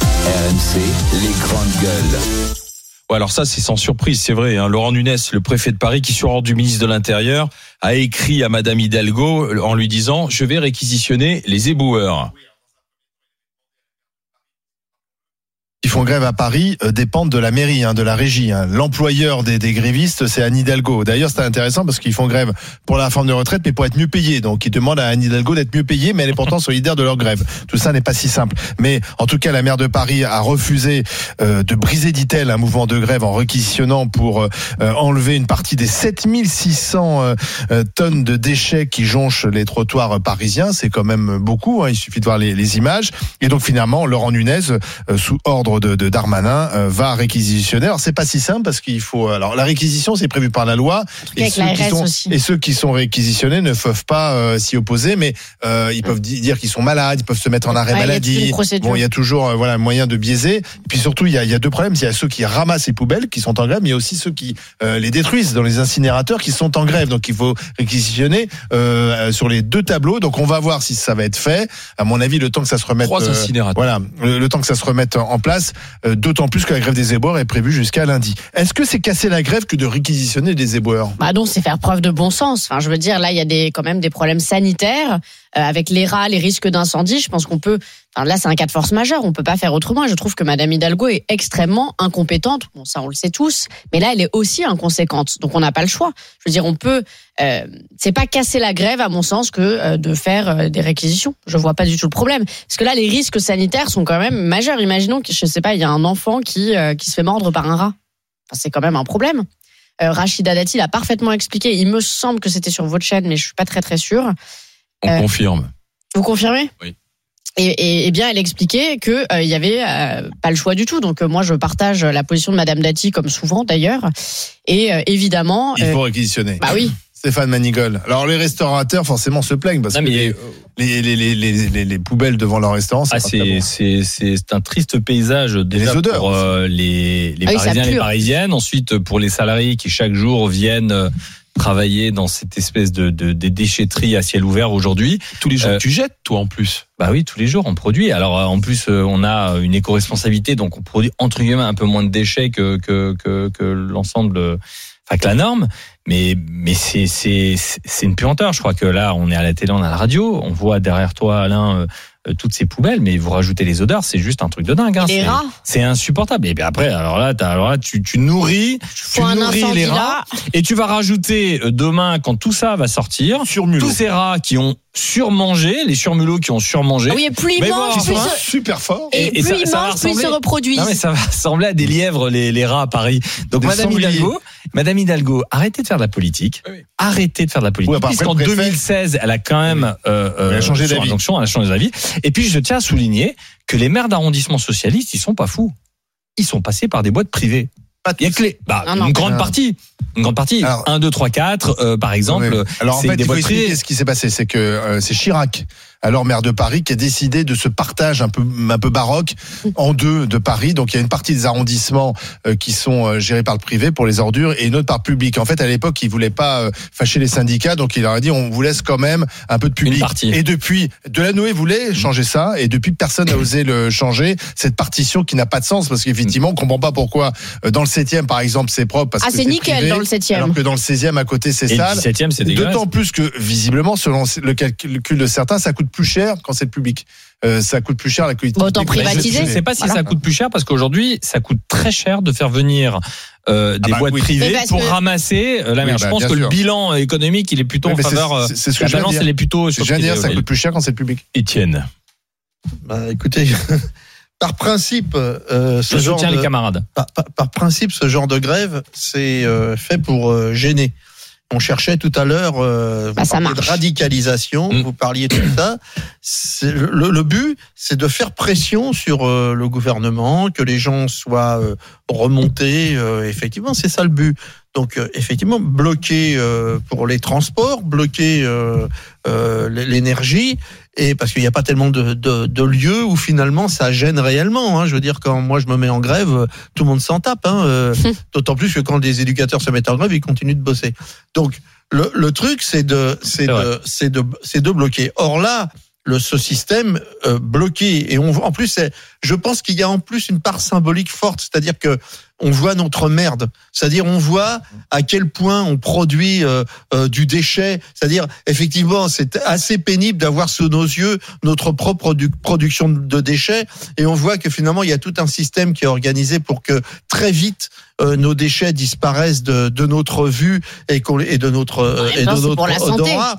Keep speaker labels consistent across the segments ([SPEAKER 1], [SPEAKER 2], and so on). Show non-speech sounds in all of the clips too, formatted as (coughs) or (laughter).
[SPEAKER 1] RMC, les grandes gueules.
[SPEAKER 2] Ouais, alors ça, c'est sans surprise, c'est vrai. Hein. Laurent Nunes, le préfet de Paris, qui sur ordre du ministre de l'Intérieur, a écrit à Madame Hidalgo euh, en lui disant :« Je vais réquisitionner les éboueurs.
[SPEAKER 3] qui font grève à Paris euh, dépendent de la mairie, hein, de la régie. hein. L'employeur des, des grévistes, c'est Anne Hidalgo. D'ailleurs, c'est intéressant parce qu'ils font grève pour la forme de retraite, mais pour être mieux payés. Donc, ils demandent à Anne Hidalgo d'être mieux payée, mais elle est pourtant (laughs) solidaire de leur grève. Tout ça n'est pas si simple. Mais en tout cas, la maire de Paris a refusé euh, de briser, dit-elle, un mouvement de grève en réquisitionnant pour euh, euh, enlever une partie des 7600 euh, euh, tonnes de déchets qui jonchent les trottoirs euh, parisiens. C'est quand même beaucoup. hein. Il suffit de voir les, les images. Et donc, finalement, Laurent Nunez, euh, sous ordre de, de Darmanin, euh, va réquisitionner. Alors, c'est pas si simple parce qu'il faut. Alors, la réquisition, c'est prévu par la loi.
[SPEAKER 4] cas, avec l'ARS
[SPEAKER 3] qui sont,
[SPEAKER 4] aussi.
[SPEAKER 3] et ceux qui sont réquisitionnés ne peuvent pas euh, s'y opposer, mais euh, ils peuvent di- dire qu'ils sont malades, ils peuvent se mettre en arrêt
[SPEAKER 4] Mm. Ouais, il y a toute
[SPEAKER 3] maladie.
[SPEAKER 4] une procédure.
[SPEAKER 3] Bon, il y a toujours euh, voilà moyen de biaiser. Et puis surtout, il y a, il y a deux problèmes. Il y a ceux qui ramassent les poubelles, qui sont en grève, mais il y a aussi ceux qui euh, les détruisent dans les incinérateurs, qui sont en grève. Donc il faut réquisitionner euh, sur les deux tableaux. Donc on va voir si ça va être fait. À mon avis, le temps que ça se remette.
[SPEAKER 2] Trois
[SPEAKER 3] euh,
[SPEAKER 2] incinérateurs.
[SPEAKER 3] voilà, le, le temps que ça se remette en place, euh, d'autant plus que la grève des éboueurs est prévue jusqu'à lundi. Est-ce que c'est casser la grève que de réquisitionner des éboueurs
[SPEAKER 4] Bah non, c'est faire preuve de bon sens. Enfin, je veux dire, là, il y a des, quand même des problèmes sanitaires euh, avec les rats, les risques d'incendie. Je pense qu'on peut. Enfin, là, c'est un cas de force majeure. On peut pas faire autrement. Et je trouve que Madame Hidalgo est extrêmement incompétente. Bon, ça, on le sait tous. Mais là, elle est aussi inconséquente. Donc, on n'a pas le choix. Je veux dire, on peut. Euh, c'est pas casser la grève, à mon sens, que euh, de faire euh, des réquisitions. Je vois pas du tout le problème. Parce que là, les risques sanitaires sont quand même majeurs. Imaginons que, je sais pas, il y a un enfant qui euh, qui se fait mordre par un rat. Enfin, c'est quand même un problème. Euh, Rachida Dati l'a parfaitement expliqué. Il me semble que c'était sur votre chaîne, mais je suis pas très très sûre.
[SPEAKER 2] On
[SPEAKER 4] Euh,
[SPEAKER 2] confirme.
[SPEAKER 4] Vous confirmez
[SPEAKER 2] Oui.
[SPEAKER 4] Et, et- et bien, elle expliquait que euh, il y avait euh, pas le choix du tout. Donc euh, moi, je partage la position de Madame Dati, comme souvent d'ailleurs. Et euh, évidemment,
[SPEAKER 3] Il
[SPEAKER 4] euh,
[SPEAKER 3] faut réquisitionner.
[SPEAKER 4] bah oui,
[SPEAKER 3] Stéphane Manigol. Alors les restaurateurs forcément se plaignent parce
[SPEAKER 2] Non,
[SPEAKER 3] que
[SPEAKER 2] mais-
[SPEAKER 3] les, les, les, les, les, les- les poubelles devant leur restaurant, c'est
[SPEAKER 5] Ah,
[SPEAKER 3] pas très bon.
[SPEAKER 5] c'est c'est c'est c'est un triste paysage déjà
[SPEAKER 3] odeurs
[SPEAKER 5] pour euh, les les
[SPEAKER 4] Ah oui, ça
[SPEAKER 5] Parisiens, les
[SPEAKER 4] pue.
[SPEAKER 5] Parisiennes. Ensuite, pour les salariés qui chaque jour viennent euh, travailler dans cette espèce de, de des déchetteries à ciel ouvert aujourd'hui.
[SPEAKER 2] Tous les jours,
[SPEAKER 5] euh,
[SPEAKER 2] tu jettes, toi, en plus.
[SPEAKER 5] Bah oui, tous les jours on produit. Alors euh, en plus, euh, on a une éco-responsabilité, donc on produit entre guillemets un peu moins de déchets que que que, que l'ensemble, euh, enfin que la norme. Mais mais c'est c'est c'est c'est une puanteur. Je crois que là, on est à la télé, on est à la radio, on voit derrière toi, Alain. euh, euh, toutes ces poubelles, mais vous rajoutez les odeurs, c'est juste un truc de dingue. hein.
[SPEAKER 4] les
[SPEAKER 5] C'est-
[SPEAKER 4] rats
[SPEAKER 5] c'est insupportable. Et bien après, alors là, t'as- alors là tu, tu nourris, tu
[SPEAKER 4] font un
[SPEAKER 5] nourris
[SPEAKER 4] incendie
[SPEAKER 5] les rats,
[SPEAKER 4] là.
[SPEAKER 5] et tu vas rajouter euh, demain, quand tout ça va sortir,
[SPEAKER 3] sur mulot.
[SPEAKER 5] tous ces rats qui ont surmangé, les surmulots qui ont surmangé.
[SPEAKER 4] Ah oui, et plus ils
[SPEAKER 5] Mais bon,
[SPEAKER 4] mangent,
[SPEAKER 5] ils
[SPEAKER 4] plus
[SPEAKER 5] sont
[SPEAKER 4] ils se-
[SPEAKER 3] super fort.
[SPEAKER 4] et,
[SPEAKER 5] et- et
[SPEAKER 4] plus
[SPEAKER 5] ça-
[SPEAKER 4] ils
[SPEAKER 5] ça va
[SPEAKER 4] mangent, plus ils se
[SPEAKER 5] ressembler-
[SPEAKER 4] reproduisent.
[SPEAKER 5] non mais ça va (laughs) ressembler à des lièvres les, les rats à Paris. Donc
[SPEAKER 3] Des
[SPEAKER 5] Madame
[SPEAKER 3] sangliers.
[SPEAKER 5] Hidalgo, Madame Hidalgo, arrêtez de faire de la politique,
[SPEAKER 2] Oui, oui.
[SPEAKER 5] arrêtez de faire de la politique.
[SPEAKER 3] Oui, après,
[SPEAKER 5] Puisqu'en
[SPEAKER 3] le préfet-
[SPEAKER 5] 2016, elle a quand même euh,
[SPEAKER 3] Elle a changé
[SPEAKER 5] sur
[SPEAKER 3] d'avis.
[SPEAKER 5] injonction, elle a changé d'avis. Et puis je tiens à souligner que les maires d'arrondissement socialistes, ils sont pas fous. Ils sont passés par des boîtes privées.
[SPEAKER 3] Pas
[SPEAKER 5] Il y a que les- bah,
[SPEAKER 4] Non, non.
[SPEAKER 5] une grande
[SPEAKER 3] Non.
[SPEAKER 5] partie, une grande partie.
[SPEAKER 3] Alors-
[SPEAKER 5] 1, 2, 3, 4, euh, par exemple.
[SPEAKER 3] Ouais. Alors en
[SPEAKER 5] c'est
[SPEAKER 3] fait,
[SPEAKER 5] des
[SPEAKER 3] il faut
[SPEAKER 5] boîtes
[SPEAKER 3] expliquer
[SPEAKER 5] privées.
[SPEAKER 3] ce qui s'est passé, c'est que euh, c'est Chirac, alors maire de Paris, qui a décidé de ce partage un peu un peu baroque en deux de Paris. Donc il y a une partie des arrondissements euh, qui sont euh, gérés par le privé pour les ordures et une autre par le public. En fait, à l'époque, il voulait pas euh, fâcher les syndicats, donc il leur a dit on vous laisse quand même un peu de public.
[SPEAKER 5] Une partie.
[SPEAKER 3] Et depuis, Delanoë
[SPEAKER 5] Mm.
[SPEAKER 3] voulait changer ça, et depuis
[SPEAKER 5] (coughs)
[SPEAKER 3] personne n'a osé le changer. Cette partition qui n'a pas de sens parce qu'effectivement, on comprend pas pourquoi euh, dans le 7e par exemple c'est propre parce
[SPEAKER 4] Ah,
[SPEAKER 3] que
[SPEAKER 4] c'est nickel
[SPEAKER 3] privé,
[SPEAKER 4] dans le 7e.
[SPEAKER 3] alors que dans le 16e à côté c'est
[SPEAKER 5] Et le
[SPEAKER 3] sale.
[SPEAKER 5] 17e, c'est dégueulasse.
[SPEAKER 3] D'autant plus que, visiblement, selon le calcul de certains, ça coûte plus cher quand c'est le public. Euh, ça coûte plus cher la collectivité.
[SPEAKER 4] Bah, autant
[SPEAKER 3] que la
[SPEAKER 4] privatiser.
[SPEAKER 5] Je
[SPEAKER 3] société.
[SPEAKER 5] ne sais pas si
[SPEAKER 4] Voilà.
[SPEAKER 5] ça coûte plus cher parce qu'aujourd'hui, ça coûte très cher de faire venir euh, des
[SPEAKER 3] Ah bah
[SPEAKER 5] boîtes
[SPEAKER 3] oui.
[SPEAKER 4] Mais
[SPEAKER 5] privées
[SPEAKER 4] parce
[SPEAKER 5] pour
[SPEAKER 4] que-
[SPEAKER 3] Oui,
[SPEAKER 5] ramasser euh, la mer.
[SPEAKER 3] bah,
[SPEAKER 5] Je pense
[SPEAKER 3] bien
[SPEAKER 5] que
[SPEAKER 3] sûr.
[SPEAKER 5] le bilan économique, il est plutôt
[SPEAKER 3] Oui,
[SPEAKER 5] en
[SPEAKER 3] mais c'est-
[SPEAKER 5] faveur. euh,
[SPEAKER 3] c'est- C'est ce que
[SPEAKER 5] La
[SPEAKER 3] je viens de
[SPEAKER 5] balance,
[SPEAKER 3] dire.
[SPEAKER 5] elle est plutôt
[SPEAKER 3] Je
[SPEAKER 5] sur
[SPEAKER 3] viens de
[SPEAKER 5] le
[SPEAKER 3] dire, ça
[SPEAKER 5] privé.
[SPEAKER 3] coûte plus cher quand c'est le public.
[SPEAKER 2] Étienne.
[SPEAKER 6] Bah, écoutez, (laughs) par principe, euh, ce
[SPEAKER 5] Je
[SPEAKER 6] genre
[SPEAKER 5] soutiens
[SPEAKER 6] de,
[SPEAKER 5] les camarades.
[SPEAKER 6] par, par- par principe, ce genre de grève, c'est euh, fait pour euh, gêner. On cherchait tout à l'heure, euh, vous
[SPEAKER 4] Bah, ça
[SPEAKER 6] parliez de
[SPEAKER 4] marche.
[SPEAKER 6] radicalisation,
[SPEAKER 5] Mm.
[SPEAKER 6] vous parliez de tout ça. C'est- Le, le but, c'est de faire pression sur euh, le gouvernement, que les gens soient euh, remontés. euh, effectivement, c'est ça le but. Donc, euh, effectivement, bloquer euh, pour les transports, bloquer euh, euh, l- l'énergie, et parce qu'il n'y a pas tellement de, de, de lieux où finalement ça gêne réellement. hein. Je veux dire, quand moi je me mets en grève, euh, tout le monde s'en tape.
[SPEAKER 5] (laughs)
[SPEAKER 6] hein, euh, D'autant plus que quand les éducateurs se mettent en grève, ils continuent de bosser. Donc, le, le truc, c'est de, c'est
[SPEAKER 5] C'est vrai.
[SPEAKER 6] de, c'est de, c'est de bloquer. Or là, le, ce système euh, bloqué. Et on, en plus, je pense qu'il y a en plus une part symbolique forte, c'est-à-dire que on voit notre merde, c'est-à-dire on voit à quel point on produit euh, euh, du déchet, c'est-à-dire effectivement c'est assez pénible d'avoir sous nos yeux notre propre produ production de déchets, et on voit que finalement il y a tout un système qui est organisé pour que très vite euh, nos déchets disparaissent de, de notre vue et, qu'on et de notre, et
[SPEAKER 4] c'est
[SPEAKER 6] de notre
[SPEAKER 4] pour la santé.
[SPEAKER 6] odorat.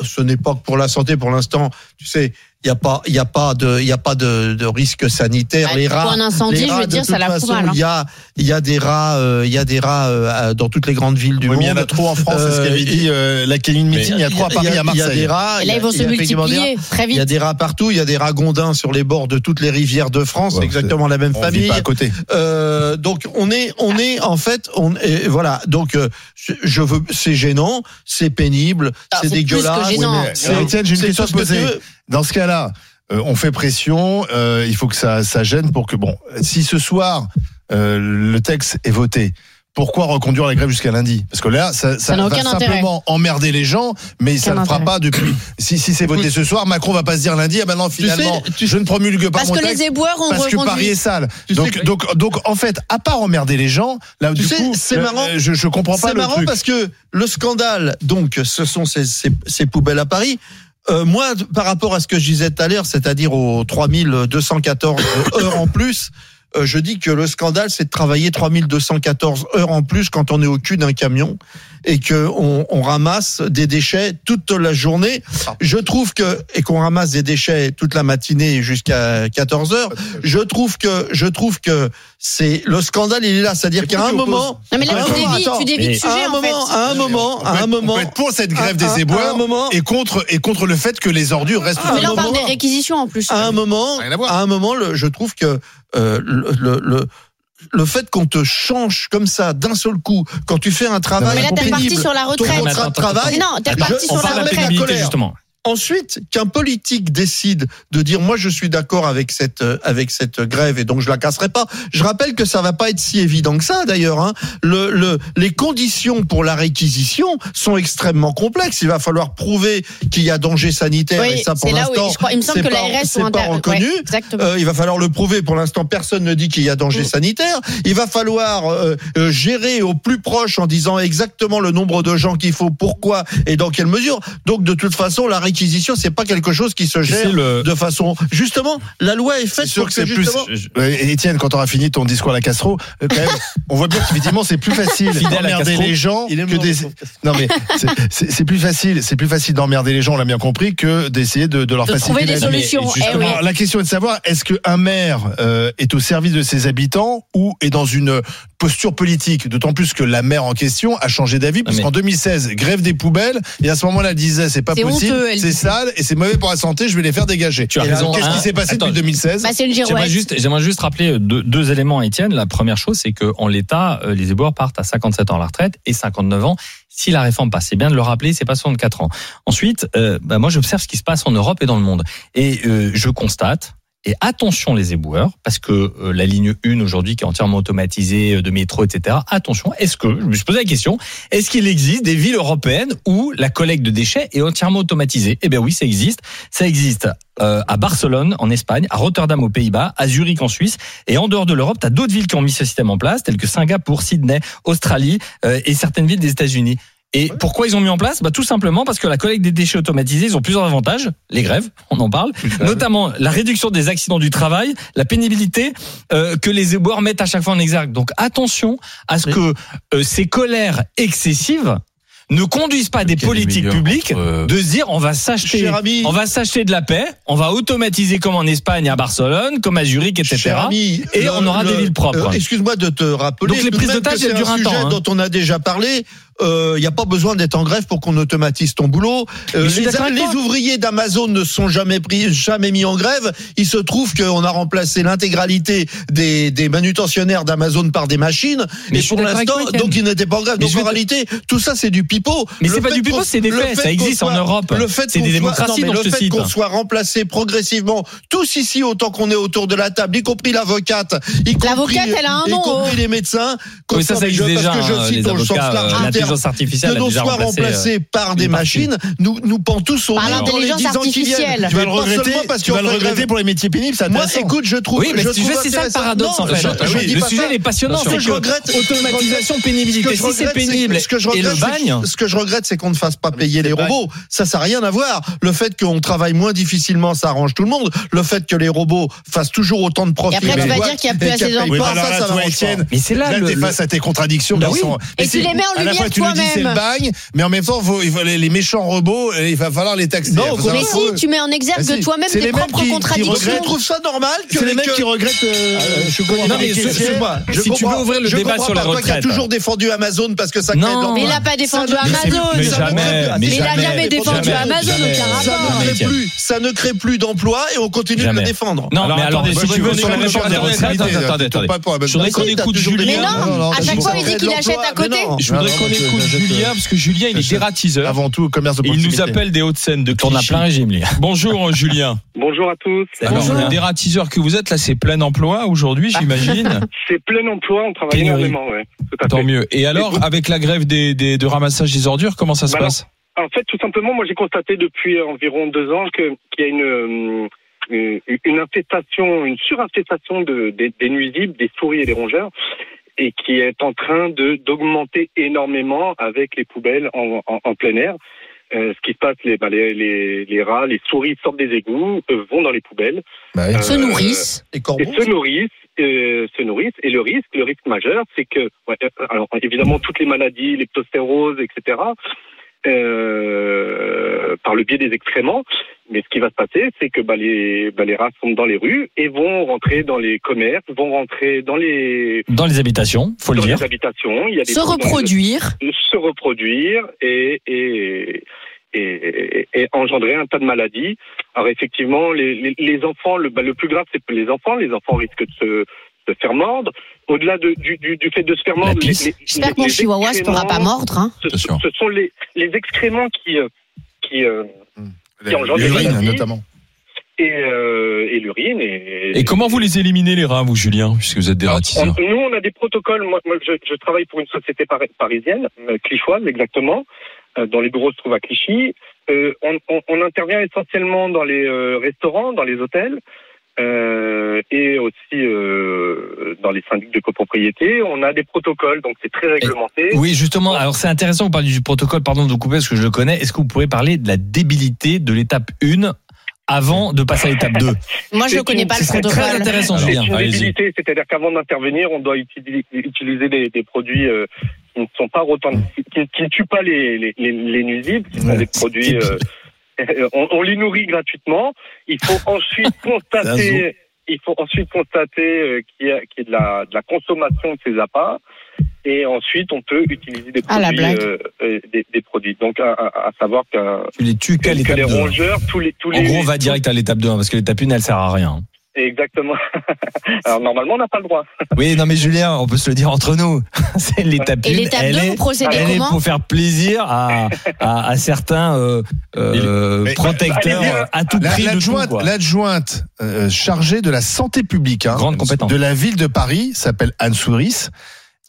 [SPEAKER 6] Ce n'est pas que pour la santé pour l'instant, tu sais il n'y a pas il y a pas de il y a pas de, de risque sanitaire
[SPEAKER 4] Bah,
[SPEAKER 6] les
[SPEAKER 4] pour
[SPEAKER 6] rats
[SPEAKER 4] un incendie,
[SPEAKER 6] les
[SPEAKER 4] je
[SPEAKER 6] rats,
[SPEAKER 4] veux
[SPEAKER 6] de
[SPEAKER 4] dire, ça
[SPEAKER 6] toute
[SPEAKER 4] la fout
[SPEAKER 6] façon,
[SPEAKER 4] mal, hein.
[SPEAKER 6] il y a il y a des rats euh, il y a des rats euh, dans toutes les grandes villes du
[SPEAKER 3] Oui, mais il y en
[SPEAKER 6] monde
[SPEAKER 3] a trop en France, c'est ce qu'avait
[SPEAKER 6] Euh,
[SPEAKER 3] dit euh, la Kéline Meeting. Il y a trop à Paris,
[SPEAKER 6] il y a-
[SPEAKER 3] à Marseille.
[SPEAKER 6] il y a des rats
[SPEAKER 4] Et là,
[SPEAKER 6] il y a-
[SPEAKER 4] ils vont
[SPEAKER 6] il
[SPEAKER 4] se
[SPEAKER 6] y a effectivement des
[SPEAKER 4] multiplier très
[SPEAKER 6] il y a
[SPEAKER 4] vite.
[SPEAKER 6] des rats partout, il y a des rats gondins sur les bords de toutes les rivières de France,
[SPEAKER 3] Ouais,
[SPEAKER 6] exactement la même
[SPEAKER 3] On vit
[SPEAKER 6] famille.
[SPEAKER 3] pas à côté.
[SPEAKER 6] Euh, donc on est, on est en fait, on est, voilà. Donc euh, je veux, c'est gênant, c'est pénible,
[SPEAKER 4] Ah,
[SPEAKER 6] c'est
[SPEAKER 4] c'est plus que
[SPEAKER 6] dégueulasse.
[SPEAKER 4] gênant.
[SPEAKER 3] mais, euh, Étienne, j'ai une
[SPEAKER 6] c'est
[SPEAKER 3] question
[SPEAKER 6] tout ce que
[SPEAKER 3] posée.
[SPEAKER 6] tu veux.
[SPEAKER 3] Dans ce cas-là, euh, on fait pression. euh, il faut que ça, ça gêne pour que bon, si ce soir euh, le texte est voté. Pourquoi reconduire la grève jusqu'à lundi Parce que là, ça, ça,
[SPEAKER 4] n'a
[SPEAKER 3] va
[SPEAKER 4] aucun
[SPEAKER 3] simplement
[SPEAKER 4] intérêt.
[SPEAKER 3] emmerder les gens, mais ça ne
[SPEAKER 4] Aucun
[SPEAKER 3] fera
[SPEAKER 4] intérêt.
[SPEAKER 3] pas depuis. Si, si c'est voté ce soir, Macron va pas se dire lundi, ah ben non, finalement,
[SPEAKER 6] sais, tu-
[SPEAKER 3] je ne promulgue pas
[SPEAKER 4] Parce
[SPEAKER 3] mon
[SPEAKER 4] que
[SPEAKER 3] texte
[SPEAKER 4] les éboueurs ont
[SPEAKER 3] parce que Paris est
[SPEAKER 4] reconduit.
[SPEAKER 3] sale.
[SPEAKER 6] Tu
[SPEAKER 3] donc,
[SPEAKER 6] sais que-
[SPEAKER 3] donc, donc, en fait, à part emmerder les gens, là,
[SPEAKER 6] Tu
[SPEAKER 3] du
[SPEAKER 6] sais,
[SPEAKER 3] coup,
[SPEAKER 6] c'est
[SPEAKER 3] euh,
[SPEAKER 6] marrant.
[SPEAKER 3] Je, je comprends pas
[SPEAKER 6] C'est
[SPEAKER 3] le
[SPEAKER 6] marrant
[SPEAKER 3] truc.
[SPEAKER 6] parce que le scandale, donc, ce sont ces, ces- ces poubelles à Paris. Euh, moi, par rapport à ce que je disais tout à l'heure, c'est-à-dire aux 3214 heures en plus, euh, je dis que le scandale, c'est de travailler 3214 heures en plus quand on est au cul d'un camion et que on, on ramasse des déchets toute la journée.
[SPEAKER 3] Ah.
[SPEAKER 6] Je trouve que et qu'on ramasse des déchets toute la matinée jusqu'à 14 heures. Je trouve que je trouve que c'est le scandale, il est là, c'est-à-dire qu'à un moment,
[SPEAKER 4] Non mais là
[SPEAKER 6] Ah,
[SPEAKER 4] tu
[SPEAKER 6] attends,
[SPEAKER 4] dévies,
[SPEAKER 6] attends.
[SPEAKER 4] tu dévies le
[SPEAKER 5] Mais-
[SPEAKER 4] sujet
[SPEAKER 6] à un
[SPEAKER 4] en fait.
[SPEAKER 6] moment, à un moment,
[SPEAKER 3] On peut
[SPEAKER 6] à un
[SPEAKER 3] être-
[SPEAKER 6] moment,
[SPEAKER 3] On peut être pour cette grève des
[SPEAKER 6] à- à
[SPEAKER 3] éboueurs
[SPEAKER 6] un moment,
[SPEAKER 3] et contre et contre le fait que les ordures restent.
[SPEAKER 6] Ah,
[SPEAKER 4] Mais là on
[SPEAKER 6] à un
[SPEAKER 4] parle des
[SPEAKER 6] moment-
[SPEAKER 4] réquisitions en plus.
[SPEAKER 6] à un moment,
[SPEAKER 3] Rien à voir.
[SPEAKER 6] à un moment, le- je trouve que euh, le, le, le le fait qu'on te change comme ça d'un seul coup quand tu fais un travail
[SPEAKER 4] Mais là t'es
[SPEAKER 6] pénible,
[SPEAKER 4] parti sur la
[SPEAKER 6] ton
[SPEAKER 4] retraite.
[SPEAKER 5] Mais
[SPEAKER 6] contrat de
[SPEAKER 5] attends,
[SPEAKER 6] travail.
[SPEAKER 4] Non, t'es
[SPEAKER 6] Je-
[SPEAKER 4] parti
[SPEAKER 6] on
[SPEAKER 4] sur la
[SPEAKER 6] parle de la
[SPEAKER 4] retraite.
[SPEAKER 5] pénibilité
[SPEAKER 6] pénibilité. colère.
[SPEAKER 5] justement.
[SPEAKER 6] Ensuite, qu'un politique décide de dire moi je suis d'accord avec cette euh, avec cette grève et donc je la casserai pas. Je rappelle que ça va pas être si évident que ça d'ailleurs. Hein. Le, le- les conditions pour la réquisition sont extrêmement complexes. Il va falloir prouver qu'il y a danger sanitaire
[SPEAKER 4] Oui,
[SPEAKER 6] et ça pour
[SPEAKER 4] c'est là où
[SPEAKER 6] l'instant
[SPEAKER 4] je crois- il me semble
[SPEAKER 6] c'est
[SPEAKER 4] que
[SPEAKER 6] pas-
[SPEAKER 4] l'ARS
[SPEAKER 6] c'est
[SPEAKER 4] sont
[SPEAKER 6] pas
[SPEAKER 4] inter-
[SPEAKER 6] reconnu.
[SPEAKER 4] Ouais, exactement.
[SPEAKER 6] Euh, il va falloir le prouver. Pour l'instant, personne ne dit qu'il y a danger
[SPEAKER 4] Mm.
[SPEAKER 6] sanitaire. Il va falloir euh, euh, gérer au plus proche en disant exactement le nombre de gens qu'il faut, pourquoi et dans quelle mesure. Donc, de toute façon, la réquisition, c'est pas quelque chose qui se
[SPEAKER 2] C'est
[SPEAKER 6] gère
[SPEAKER 2] le
[SPEAKER 6] de façon. Justement, la loi est
[SPEAKER 3] C'est
[SPEAKER 6] faite
[SPEAKER 3] sûr
[SPEAKER 6] pour
[SPEAKER 3] que c'est plus.
[SPEAKER 6] justement.
[SPEAKER 3] Ouais, Étienne, quand on aura fini ton discours à la Castro, euh, quand même, on voit bien qu'effectivement c'est plus facile
[SPEAKER 2] Fidèle à
[SPEAKER 3] d'emmerder
[SPEAKER 2] Castro.
[SPEAKER 3] les gens
[SPEAKER 6] Il est
[SPEAKER 3] que
[SPEAKER 6] mort,
[SPEAKER 3] des.
[SPEAKER 6] sauf que-
[SPEAKER 3] Non mais c'est- c'est c'est plus facile, c'est plus facile d'emmerder les gens, on l'a bien compris, que d'essayer de, de leur
[SPEAKER 4] De
[SPEAKER 3] faciliter
[SPEAKER 4] trouver
[SPEAKER 3] la
[SPEAKER 4] des
[SPEAKER 3] vie.
[SPEAKER 4] solutions. Eh oui.
[SPEAKER 3] Justement, la question est de savoir est-ce qu'un maire euh, est au service de ses habitants ou est dans une posture politique D'autant plus que la maire en question a changé d'avis,
[SPEAKER 5] mais-
[SPEAKER 3] puisqu'en 2016, grève des poubelles, et à ce moment-là, elle disait c'est pas
[SPEAKER 4] C'est
[SPEAKER 3] possible,
[SPEAKER 4] honteux, elle
[SPEAKER 3] c'est
[SPEAKER 4] disait.
[SPEAKER 3] sale et c'est mauvais pour la santé, je vais les faire dégager.
[SPEAKER 5] Tu as
[SPEAKER 3] Et là,
[SPEAKER 5] raison,
[SPEAKER 3] Qu'est-ce
[SPEAKER 5] hein.
[SPEAKER 3] qui s'est passé
[SPEAKER 5] Attends.
[SPEAKER 3] depuis 2016
[SPEAKER 4] Bah, c'est une
[SPEAKER 5] J'aimerais
[SPEAKER 4] girouette.
[SPEAKER 5] juste, j'aimerais juste rappeler deux, deux éléments, Étienne. La première chose, c'est que en l'état, euh, les éboueurs partent à 57 ans à la retraite et 59 ans si la réforme passe. C'est bien de le rappeler, c'est pas 64 ans. Ensuite, euh, bah, moi, j'observe ce qui se passe en Europe et dans le monde et euh, je constate. Et attention les éboueurs, parce que euh, la ligne 1 aujourd'hui qui est entièrement automatisée euh, de métro, etc. Attention, est-ce que, je me suis posé la question, est-ce qu'il existe des villes européennes où la collecte de déchets est entièrement automatisée Eh bien oui, ça existe. Ça existe euh, à Barcelone en Espagne, à Rotterdam aux Pays-Bas, à Zurich en Suisse. Et en dehors de l'Europe, tu as d'autres villes qui ont mis ce système en place, telles que Singapour, Sydney, Australie euh, et certaines villes des États-Unis. Et pourquoi ils ont mis en place bah, Tout simplement parce que la collecte des déchets automatisés, ils ont plusieurs avantages. Les grèves, on en parle. Notamment la réduction des accidents du travail, la pénibilité euh, que les éboueurs mettent à chaque fois en exergue. Donc attention à ce
[SPEAKER 6] Oui.
[SPEAKER 5] que euh, ces colères excessives ne conduisent pas à des politiques publiques de se dire on va s'acheter
[SPEAKER 6] euh, Cher ami,
[SPEAKER 5] on va s'acheter de la paix, on va automatiser comme en Espagne, à Barcelone, comme à Zurich, etc.
[SPEAKER 6] cher ami, euh,
[SPEAKER 5] Et on aura des villes propres.
[SPEAKER 6] Excuse-moi de te rappeler.
[SPEAKER 5] Donc les
[SPEAKER 6] tout de
[SPEAKER 5] prises
[SPEAKER 6] même
[SPEAKER 5] d'otages,
[SPEAKER 6] que
[SPEAKER 5] elles
[SPEAKER 6] c'est
[SPEAKER 5] durent
[SPEAKER 6] un
[SPEAKER 5] un
[SPEAKER 6] sujet
[SPEAKER 5] temps, hein.
[SPEAKER 6] dont on a déjà parlé. Il n'y a pas besoin d'être en grève pour qu'on automatise ton boulot.
[SPEAKER 5] Mais
[SPEAKER 6] Euh,
[SPEAKER 5] je suis
[SPEAKER 6] les,
[SPEAKER 5] d'accord avec
[SPEAKER 6] les
[SPEAKER 5] toi.
[SPEAKER 6] ouvriers d'Amazon ne sont jamais pris, jamais mis en grève. Il se trouve qu'on a remplacé l'intégralité des, des manutentionnaires d'Amazon par des machines.
[SPEAKER 5] Mais
[SPEAKER 6] et
[SPEAKER 5] je suis
[SPEAKER 6] pour
[SPEAKER 5] d'accord avec
[SPEAKER 6] l'instant,
[SPEAKER 5] toi, Étienne.
[SPEAKER 6] donc ils n'étaient pas en grève.
[SPEAKER 5] Mais
[SPEAKER 6] Donc
[SPEAKER 5] je vais
[SPEAKER 6] en
[SPEAKER 5] te-
[SPEAKER 6] réalité, tout ça c'est du pipeau.
[SPEAKER 5] Mais
[SPEAKER 6] Le
[SPEAKER 5] c'est pas
[SPEAKER 6] fait
[SPEAKER 5] du pipeau,
[SPEAKER 6] qu'on-
[SPEAKER 5] c'est des
[SPEAKER 6] le
[SPEAKER 5] faits,
[SPEAKER 6] fait
[SPEAKER 5] ça
[SPEAKER 6] qu'on
[SPEAKER 5] existe en
[SPEAKER 6] soit-
[SPEAKER 5] Europe.
[SPEAKER 6] Le fait
[SPEAKER 5] C'est
[SPEAKER 6] qu'on
[SPEAKER 5] des
[SPEAKER 6] soit-
[SPEAKER 5] démocraties
[SPEAKER 6] non, mais
[SPEAKER 5] dont je
[SPEAKER 6] le
[SPEAKER 5] te
[SPEAKER 6] fait
[SPEAKER 5] cite.
[SPEAKER 6] qu'on soit remplacés progressivement, tous ici autant qu'on est autour de la table, y compris l'avocate, y compris-
[SPEAKER 4] L'avocate, elle a un
[SPEAKER 6] y
[SPEAKER 4] nom,
[SPEAKER 6] compris
[SPEAKER 4] oh.
[SPEAKER 6] les médecins. qu'on
[SPEAKER 5] Oui, ça,
[SPEAKER 6] soit-
[SPEAKER 5] ça existe
[SPEAKER 6] parce
[SPEAKER 5] déjà,
[SPEAKER 6] que
[SPEAKER 5] hein,
[SPEAKER 6] je cite
[SPEAKER 5] les
[SPEAKER 6] dans le sens
[SPEAKER 5] avocats, euh,
[SPEAKER 6] large du
[SPEAKER 5] Nathalie l'intelligence artificielle
[SPEAKER 6] que
[SPEAKER 5] a
[SPEAKER 6] l'on
[SPEAKER 5] déjà
[SPEAKER 6] soit
[SPEAKER 5] remplacé, euh,
[SPEAKER 6] remplacé par des
[SPEAKER 5] une partie.
[SPEAKER 6] machines, nous, nous pend tous au
[SPEAKER 4] Par
[SPEAKER 6] nez dans les
[SPEAKER 4] l'intelligence
[SPEAKER 6] 10 ans qui viennent.
[SPEAKER 4] artificielle.
[SPEAKER 3] Tu vas
[SPEAKER 6] Mais
[SPEAKER 3] le
[SPEAKER 6] pas
[SPEAKER 3] regretter,
[SPEAKER 6] seulement parce
[SPEAKER 3] tu
[SPEAKER 6] qu'on
[SPEAKER 3] vas le
[SPEAKER 6] fait grève.
[SPEAKER 3] regretter pour les métiers pénibles, ça
[SPEAKER 6] Moi,
[SPEAKER 3] intéressant.
[SPEAKER 6] écoute, je trouve.
[SPEAKER 5] Oui, mais
[SPEAKER 6] je
[SPEAKER 5] tu
[SPEAKER 6] trouve
[SPEAKER 5] sais, c'est ça le
[SPEAKER 6] intéressant.
[SPEAKER 5] paradoxe
[SPEAKER 6] Non,
[SPEAKER 5] en fait.
[SPEAKER 6] je- je
[SPEAKER 5] Oui,
[SPEAKER 6] dis
[SPEAKER 5] le
[SPEAKER 6] pas
[SPEAKER 5] sujet
[SPEAKER 6] ça.
[SPEAKER 5] il est passionnant.
[SPEAKER 6] Ce que
[SPEAKER 5] c'est
[SPEAKER 6] je
[SPEAKER 5] que
[SPEAKER 6] regrette-
[SPEAKER 5] automatisation,
[SPEAKER 6] Ce que
[SPEAKER 5] pénibilité.
[SPEAKER 6] je
[SPEAKER 5] Si c'est
[SPEAKER 6] regrette, c'est-
[SPEAKER 5] pénible
[SPEAKER 6] ce que je
[SPEAKER 5] et
[SPEAKER 6] regrette,
[SPEAKER 5] le
[SPEAKER 6] c'est que-
[SPEAKER 5] bagne,
[SPEAKER 6] ce que je regrette, c'est qu'on ne fasse pas payer les
[SPEAKER 5] le bagne.
[SPEAKER 6] robots. Ça, ça n'a rien à voir. Le fait qu'on travaille moins difficilement, ça arrange tout le monde. Le fait que les robots fassent toujours autant de profits.
[SPEAKER 4] Et après,
[SPEAKER 6] dans
[SPEAKER 4] tu
[SPEAKER 6] les
[SPEAKER 4] vas
[SPEAKER 6] boîtes
[SPEAKER 4] dire qu'il y a plus
[SPEAKER 6] et
[SPEAKER 4] assez
[SPEAKER 6] qu'elles payent
[SPEAKER 4] d'emplois.
[SPEAKER 3] Oui, mais
[SPEAKER 6] pas,
[SPEAKER 3] alors
[SPEAKER 6] ça,
[SPEAKER 3] là,
[SPEAKER 6] ça
[SPEAKER 3] toi,
[SPEAKER 6] m'arrange pas.
[SPEAKER 3] Étienne,
[SPEAKER 5] mais c'est là
[SPEAKER 3] Là,
[SPEAKER 5] le.
[SPEAKER 3] t'es face à tes contradictions
[SPEAKER 5] Bah
[SPEAKER 3] qui
[SPEAKER 5] oui.
[SPEAKER 3] sont.
[SPEAKER 4] Et
[SPEAKER 3] Mais
[SPEAKER 4] tu
[SPEAKER 3] c'est-
[SPEAKER 4] les mets en
[SPEAKER 3] à la
[SPEAKER 4] lumière
[SPEAKER 3] fois, tu nous dis c'est le
[SPEAKER 4] toi-même.
[SPEAKER 3] bagne, mais en même temps, faut- il faut les, les méchants robots, euh, il va falloir les taxer.
[SPEAKER 6] Non,
[SPEAKER 3] Il faut
[SPEAKER 6] au
[SPEAKER 3] savoir
[SPEAKER 4] Mais
[SPEAKER 3] pour
[SPEAKER 4] si,
[SPEAKER 3] eux.
[SPEAKER 4] tu mets en exergue
[SPEAKER 3] Ah, si.
[SPEAKER 4] de toi-même
[SPEAKER 3] C'est les
[SPEAKER 4] tes
[SPEAKER 3] mêmes
[SPEAKER 4] propres
[SPEAKER 3] qui- qui
[SPEAKER 4] contradictions.
[SPEAKER 3] regrettent.
[SPEAKER 6] Je trouve ça normal que
[SPEAKER 3] C'est les mecs
[SPEAKER 6] que- Ah,
[SPEAKER 3] qui regrettent. euh, je connais
[SPEAKER 5] Non,
[SPEAKER 3] des
[SPEAKER 5] mais ce- ce-
[SPEAKER 3] caissières.
[SPEAKER 6] Excuse-moi, je
[SPEAKER 5] Si tu
[SPEAKER 6] comprends-
[SPEAKER 5] veux ouvrir le
[SPEAKER 6] je
[SPEAKER 5] débat
[SPEAKER 6] comprends
[SPEAKER 5] sur la
[SPEAKER 6] pas, toi qui as
[SPEAKER 5] retraite.
[SPEAKER 6] toujours défendu Amazon parce que ça crée
[SPEAKER 5] Non.
[SPEAKER 6] de l'emploi.
[SPEAKER 4] Mais il n'a pas défendu
[SPEAKER 6] Ça ne-
[SPEAKER 4] Amazon.
[SPEAKER 5] Mais
[SPEAKER 6] Ça
[SPEAKER 5] jamais,
[SPEAKER 6] ne crée-
[SPEAKER 5] mais
[SPEAKER 4] Mais il n'a
[SPEAKER 5] jamais.
[SPEAKER 4] jamais défendu
[SPEAKER 5] Jamais.
[SPEAKER 4] Amazon,
[SPEAKER 3] Jamais.
[SPEAKER 4] aucun
[SPEAKER 6] Ça
[SPEAKER 4] rapport.
[SPEAKER 6] ne, crée
[SPEAKER 5] Jamais.
[SPEAKER 6] plus, ça ne crée plus d'emplois et on continue
[SPEAKER 5] Jamais.
[SPEAKER 6] de le défendre.
[SPEAKER 5] Non,
[SPEAKER 2] Alors,
[SPEAKER 5] mais
[SPEAKER 2] attendez,
[SPEAKER 5] attendez,
[SPEAKER 2] si
[SPEAKER 5] si tu
[SPEAKER 2] tu veux
[SPEAKER 5] veux
[SPEAKER 2] sur la réforme des
[SPEAKER 5] attendez,
[SPEAKER 2] retraites,
[SPEAKER 5] attendez, attendez,
[SPEAKER 3] Attends,
[SPEAKER 5] attendez.
[SPEAKER 3] pas pour la bonne
[SPEAKER 2] Je voudrais qu'on
[SPEAKER 6] Si, t'as
[SPEAKER 2] écoute
[SPEAKER 6] toujours des
[SPEAKER 2] Julien.
[SPEAKER 4] Mais non,
[SPEAKER 6] Non, non,
[SPEAKER 4] à
[SPEAKER 6] t'as
[SPEAKER 4] chaque
[SPEAKER 6] toujours
[SPEAKER 4] fois, il dit
[SPEAKER 6] créé de
[SPEAKER 4] qu'il achète
[SPEAKER 6] l'emploi.
[SPEAKER 4] à côté.
[SPEAKER 6] Mais non.
[SPEAKER 2] Je voudrais
[SPEAKER 3] Ah, non,
[SPEAKER 2] qu'on
[SPEAKER 3] je-
[SPEAKER 2] écoute
[SPEAKER 3] je- je-
[SPEAKER 2] Julien, parce que Julien, il est
[SPEAKER 3] Je-
[SPEAKER 2] dératiseur.
[SPEAKER 3] Avant tout, commerce de
[SPEAKER 2] Et il
[SPEAKER 3] proximité.
[SPEAKER 2] nous appelle des Hauts-de-Seine de
[SPEAKER 5] Tourne à
[SPEAKER 2] Clichy.
[SPEAKER 5] plein régime, lui.
[SPEAKER 2] Bonjour
[SPEAKER 7] (laughs)
[SPEAKER 2] euh, Julien.
[SPEAKER 7] Bonjour à tous.
[SPEAKER 2] Alors,
[SPEAKER 5] Bonjour.
[SPEAKER 2] le dératiseur que vous êtes, là, c'est plein emploi aujourd'hui,
[SPEAKER 7] (laughs)
[SPEAKER 2] j'imagine.
[SPEAKER 7] C'est plein emploi, on travaille
[SPEAKER 2] Pénurie.
[SPEAKER 7] énormément, ouais. Tout à
[SPEAKER 2] Tant
[SPEAKER 7] fait.
[SPEAKER 2] mieux. Et alors, avec la grève des, des- de ramassage des ordures, comment ça se
[SPEAKER 7] Bah non.
[SPEAKER 2] passe
[SPEAKER 7] En fait, tout simplement, moi j'ai constaté depuis euh, environ deux ans que- qu'il y a une, euh, une, une infestation, une surinfestation de, des, des nuisibles, des souris et des rongeurs, et qui est en train de d'augmenter énormément avec les poubelles en, en- en plein air. Euh, ce qui se passe, les, bah, les, les, les rats, les souris sortent des égouts, euh, vont dans les poubelles,
[SPEAKER 3] Bah oui.
[SPEAKER 7] Euh,
[SPEAKER 4] Se nourrissent.
[SPEAKER 6] Les corbeaux,
[SPEAKER 7] et se nourrissent, euh, se nourrissent. Et le risque, le risque majeur, c'est que, ouais, euh, alors évidemment, toutes les maladies, les ptostéroses, etc., euh, par le biais des excréments. Mais ce qui va se passer, c'est que bah, les, bah, les rats sont dans les rues et vont rentrer dans les commerces, vont rentrer dans les,
[SPEAKER 5] Dans les habitations, faut le
[SPEAKER 7] dans
[SPEAKER 5] dire.
[SPEAKER 7] les habitations. Il y a des
[SPEAKER 4] Se
[SPEAKER 7] trous dans les-
[SPEAKER 4] reproduire.
[SPEAKER 7] se reproduire et, et, et, et- et engendrer un tas de maladies. Alors effectivement, les, les, les enfants, le, bah, le plus grave, c'est les enfants. Les enfants risquent de se, de se faire mordre. Au-delà de- du, du, du fait de se faire mordre,
[SPEAKER 5] pisse.
[SPEAKER 4] J'espère que mon
[SPEAKER 7] les
[SPEAKER 4] chihuahua ne se fera pas
[SPEAKER 7] excréments,
[SPEAKER 4] mordre. hein.
[SPEAKER 7] Ce,
[SPEAKER 2] Attention.
[SPEAKER 7] ce sont les, les excréments qui... euh, qui euh,
[SPEAKER 3] Les-
[SPEAKER 7] qui engendre des
[SPEAKER 3] Hmm. L'urine,
[SPEAKER 7] maladies.
[SPEAKER 3] notamment.
[SPEAKER 7] et, euh, et l'urine. Et,
[SPEAKER 2] Et comment vous les éliminez, les rats, vous, Julien, puisque vous êtes
[SPEAKER 7] On-
[SPEAKER 2] dératiseur
[SPEAKER 7] nous, on a des protocoles. Moi, moi, je, je travaille pour une société pari- parisienne, euh, clichoise exactement, euh, dont les bureaux se trouvent à Clichy. Euh, on, on- on intervient essentiellement dans les euh, restaurants, dans les hôtels. euh, et aussi euh, dans les syndics de copropriété, on a des protocoles, donc c'est très réglementé.
[SPEAKER 5] Oui, justement. Alors, c'est intéressant, vous parlez du protocole, pardon de vous couper parce que je le connais. Est-ce que vous pouvez parler de la débilité de l'étape 1 avant de passer à l'étape 2
[SPEAKER 4] Moi, je ne
[SPEAKER 7] c'est
[SPEAKER 4] connais
[SPEAKER 7] une-
[SPEAKER 4] pas
[SPEAKER 5] Ce
[SPEAKER 4] le
[SPEAKER 5] serait très
[SPEAKER 4] protocole.
[SPEAKER 5] intéressant,
[SPEAKER 7] C'est
[SPEAKER 5] Julien.
[SPEAKER 7] une
[SPEAKER 5] Allez-y.
[SPEAKER 7] débilité, c'est-à-dire qu'avant d'intervenir, on doit utili- utiliser des, des produits euh, qui ne sont pas retentis, qui, qui ne tuent pas les, les, les, les nuisibles, qui sont
[SPEAKER 3] Ouais,
[SPEAKER 7] des produits. euh, (laughs) on, on les nourrit gratuitement. Il
[SPEAKER 5] (laughs)
[SPEAKER 7] faut ensuite constater. Il faut ensuite constater euh, qu'il y a, qu'il y a de, la, de la consommation de ces appâts. Et ensuite, on peut utiliser des
[SPEAKER 4] Ah, la
[SPEAKER 7] produits,
[SPEAKER 4] blague.
[SPEAKER 7] euh, euh, des, des produits. Donc, à, à- à savoir qu'un-
[SPEAKER 5] Tu les tues qu'à
[SPEAKER 7] que, que
[SPEAKER 5] l'étape
[SPEAKER 7] les
[SPEAKER 5] 2.
[SPEAKER 7] rongeurs, tous les, tous
[SPEAKER 5] En
[SPEAKER 7] les,
[SPEAKER 5] gros, on va direct à l'étape 2 hein, parce que l'étape 1 elle sert à rien.
[SPEAKER 7] exactement. (laughs) Alors normalement, on n'a pas le droit.
[SPEAKER 5] Oui, non mais Julien, on peut se le dire entre nous. (laughs) C'est l'étape 1.
[SPEAKER 4] Et l'étape
[SPEAKER 5] elle
[SPEAKER 4] 2,
[SPEAKER 5] est,
[SPEAKER 4] vous procédez
[SPEAKER 5] elle est
[SPEAKER 4] comment
[SPEAKER 5] pour faire plaisir à, à, à certains euh, euh,
[SPEAKER 3] Mais-
[SPEAKER 5] protecteurs
[SPEAKER 7] Allez, viens.
[SPEAKER 5] à tout
[SPEAKER 3] La-
[SPEAKER 5] prix de tout,
[SPEAKER 3] L'adjointe,
[SPEAKER 5] quoi.
[SPEAKER 3] l'adjointe euh, chargée de la santé publique, hein,
[SPEAKER 5] Grande compétence.
[SPEAKER 3] de la ville de Paris, s'appelle Anne Souris.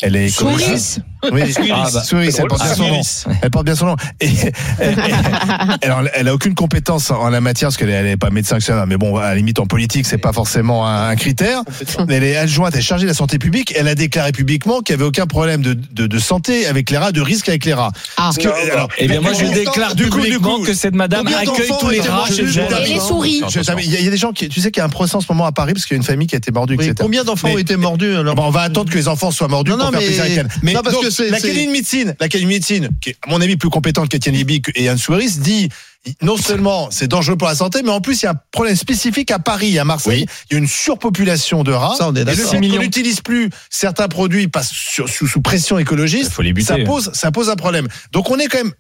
[SPEAKER 3] Elle est
[SPEAKER 4] Souris.
[SPEAKER 3] Oui,
[SPEAKER 5] Ah, bah.
[SPEAKER 3] Souris, elle porte bien son nom. Elle porte bien son nom. Et, et- et- alors, elle a aucune compétence en la matière parce qu'elle est- elle est pas médecin, etc. Mais bon, à la limite en politique, c'est pas forcément un, un critère. Mais Elle est adjointe, elle est chargée de la santé publique. Elle a déclaré publiquement qu'il y avait aucun problème de, de, de santé avec les rats, de risque avec les rats.
[SPEAKER 4] Ah.
[SPEAKER 3] Parce que- alors,
[SPEAKER 5] Eh bien, moi, je
[SPEAKER 6] Combien
[SPEAKER 5] déclare
[SPEAKER 3] du coup, du
[SPEAKER 5] publiquement
[SPEAKER 3] coup,
[SPEAKER 5] que cette madame
[SPEAKER 6] combien
[SPEAKER 5] accueille
[SPEAKER 6] d'enfants
[SPEAKER 5] tous les
[SPEAKER 6] étaient
[SPEAKER 5] rats chez
[SPEAKER 6] mangés
[SPEAKER 5] elle.
[SPEAKER 4] Et les souris.
[SPEAKER 3] je- non, mais il y, a- il y a des gens qui, tu sais qu'il y a un procès en ce moment à Paris parce qu'il y a une famille qui a été mordue,
[SPEAKER 6] Oui,
[SPEAKER 3] etc.
[SPEAKER 6] combien d'enfants
[SPEAKER 3] Mais-
[SPEAKER 6] ont été mordus alors
[SPEAKER 3] Bon, on va attendre que les enfants soient mordus
[SPEAKER 6] Non,
[SPEAKER 3] pour
[SPEAKER 6] non,
[SPEAKER 3] faire
[SPEAKER 6] mais-
[SPEAKER 3] plaisir à Ken.
[SPEAKER 6] Non, parce que c'est-
[SPEAKER 3] la
[SPEAKER 6] c'est-
[SPEAKER 3] Kelly de médecine, la Kelly de médecine, qui est à mon avis plus compétente qu'Étienne Liby et Anne Souris, dit non seulement c'est dangereux pour la santé, mais en plus il y a un problème spécifique à Paris, à Marseille. Il y a une surpopulation de rats.
[SPEAKER 6] Ça, on est
[SPEAKER 3] et le
[SPEAKER 6] d'accord.
[SPEAKER 3] fait qu'on n'utilise plus certains produits passent sur- sous, sous pression écologiste.
[SPEAKER 5] Faut les buter.
[SPEAKER 3] Ça pose, ça pose un problème. Donc on est quand même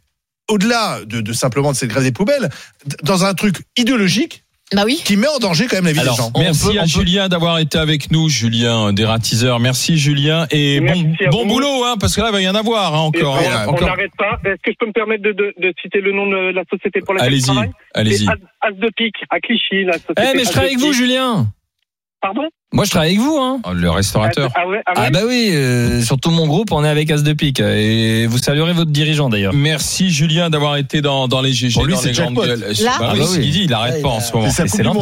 [SPEAKER 3] au-delà de, de simplement de cette grève des poubelles, d- dans un truc idéologique
[SPEAKER 4] Bah oui.
[SPEAKER 3] qui met en danger quand même la vie des gens.
[SPEAKER 2] Alors, merci
[SPEAKER 3] On peut-
[SPEAKER 2] à
[SPEAKER 3] on peut-
[SPEAKER 2] Julien d'avoir été avec nous, Julien dératiseur. Merci Julien et
[SPEAKER 7] Merci
[SPEAKER 2] bon,
[SPEAKER 7] à
[SPEAKER 2] bon
[SPEAKER 7] vous.
[SPEAKER 2] boulot, hein, parce que là il va y en avoir hein,
[SPEAKER 7] Et
[SPEAKER 2] encore.
[SPEAKER 7] on-
[SPEAKER 2] hein,
[SPEAKER 7] on
[SPEAKER 2] encore.
[SPEAKER 7] n'arrête pas. Est-ce que je peux me permettre de, de- de citer le nom de la société pour laquelle je
[SPEAKER 2] Allez-y,
[SPEAKER 7] travaille
[SPEAKER 2] allez-y.
[SPEAKER 7] C'est As, As de Pique, à Clichy, la société.
[SPEAKER 5] Eh, mais je
[SPEAKER 7] As
[SPEAKER 5] travaille
[SPEAKER 7] de
[SPEAKER 5] avec vous,
[SPEAKER 7] Pique.
[SPEAKER 5] Julien.
[SPEAKER 7] Pardon
[SPEAKER 5] Moi, je travaille avec vous, hein.
[SPEAKER 2] Le restaurateur.
[SPEAKER 7] Ah, ouais, ah ouais
[SPEAKER 5] Ah bah oui, euh, surtout mon groupe, on est avec As de Pique. Et vous saluerez votre dirigeant d'ailleurs.
[SPEAKER 2] Merci Julien d'avoir été dans, dans les GG.
[SPEAKER 5] Pour lui,
[SPEAKER 2] dans
[SPEAKER 5] c'est
[SPEAKER 2] les grandes
[SPEAKER 5] jackpot.
[SPEAKER 2] gueules.
[SPEAKER 4] Là
[SPEAKER 2] Bah oui,
[SPEAKER 5] Ah bah oui.
[SPEAKER 2] il dit, il arrête
[SPEAKER 6] Ouais,
[SPEAKER 2] pas
[SPEAKER 6] Ah, il
[SPEAKER 2] en
[SPEAKER 6] a-
[SPEAKER 2] ce moment.
[SPEAKER 3] C'est sa
[SPEAKER 5] Et
[SPEAKER 3] Coupe
[SPEAKER 5] c'est
[SPEAKER 3] du Monde.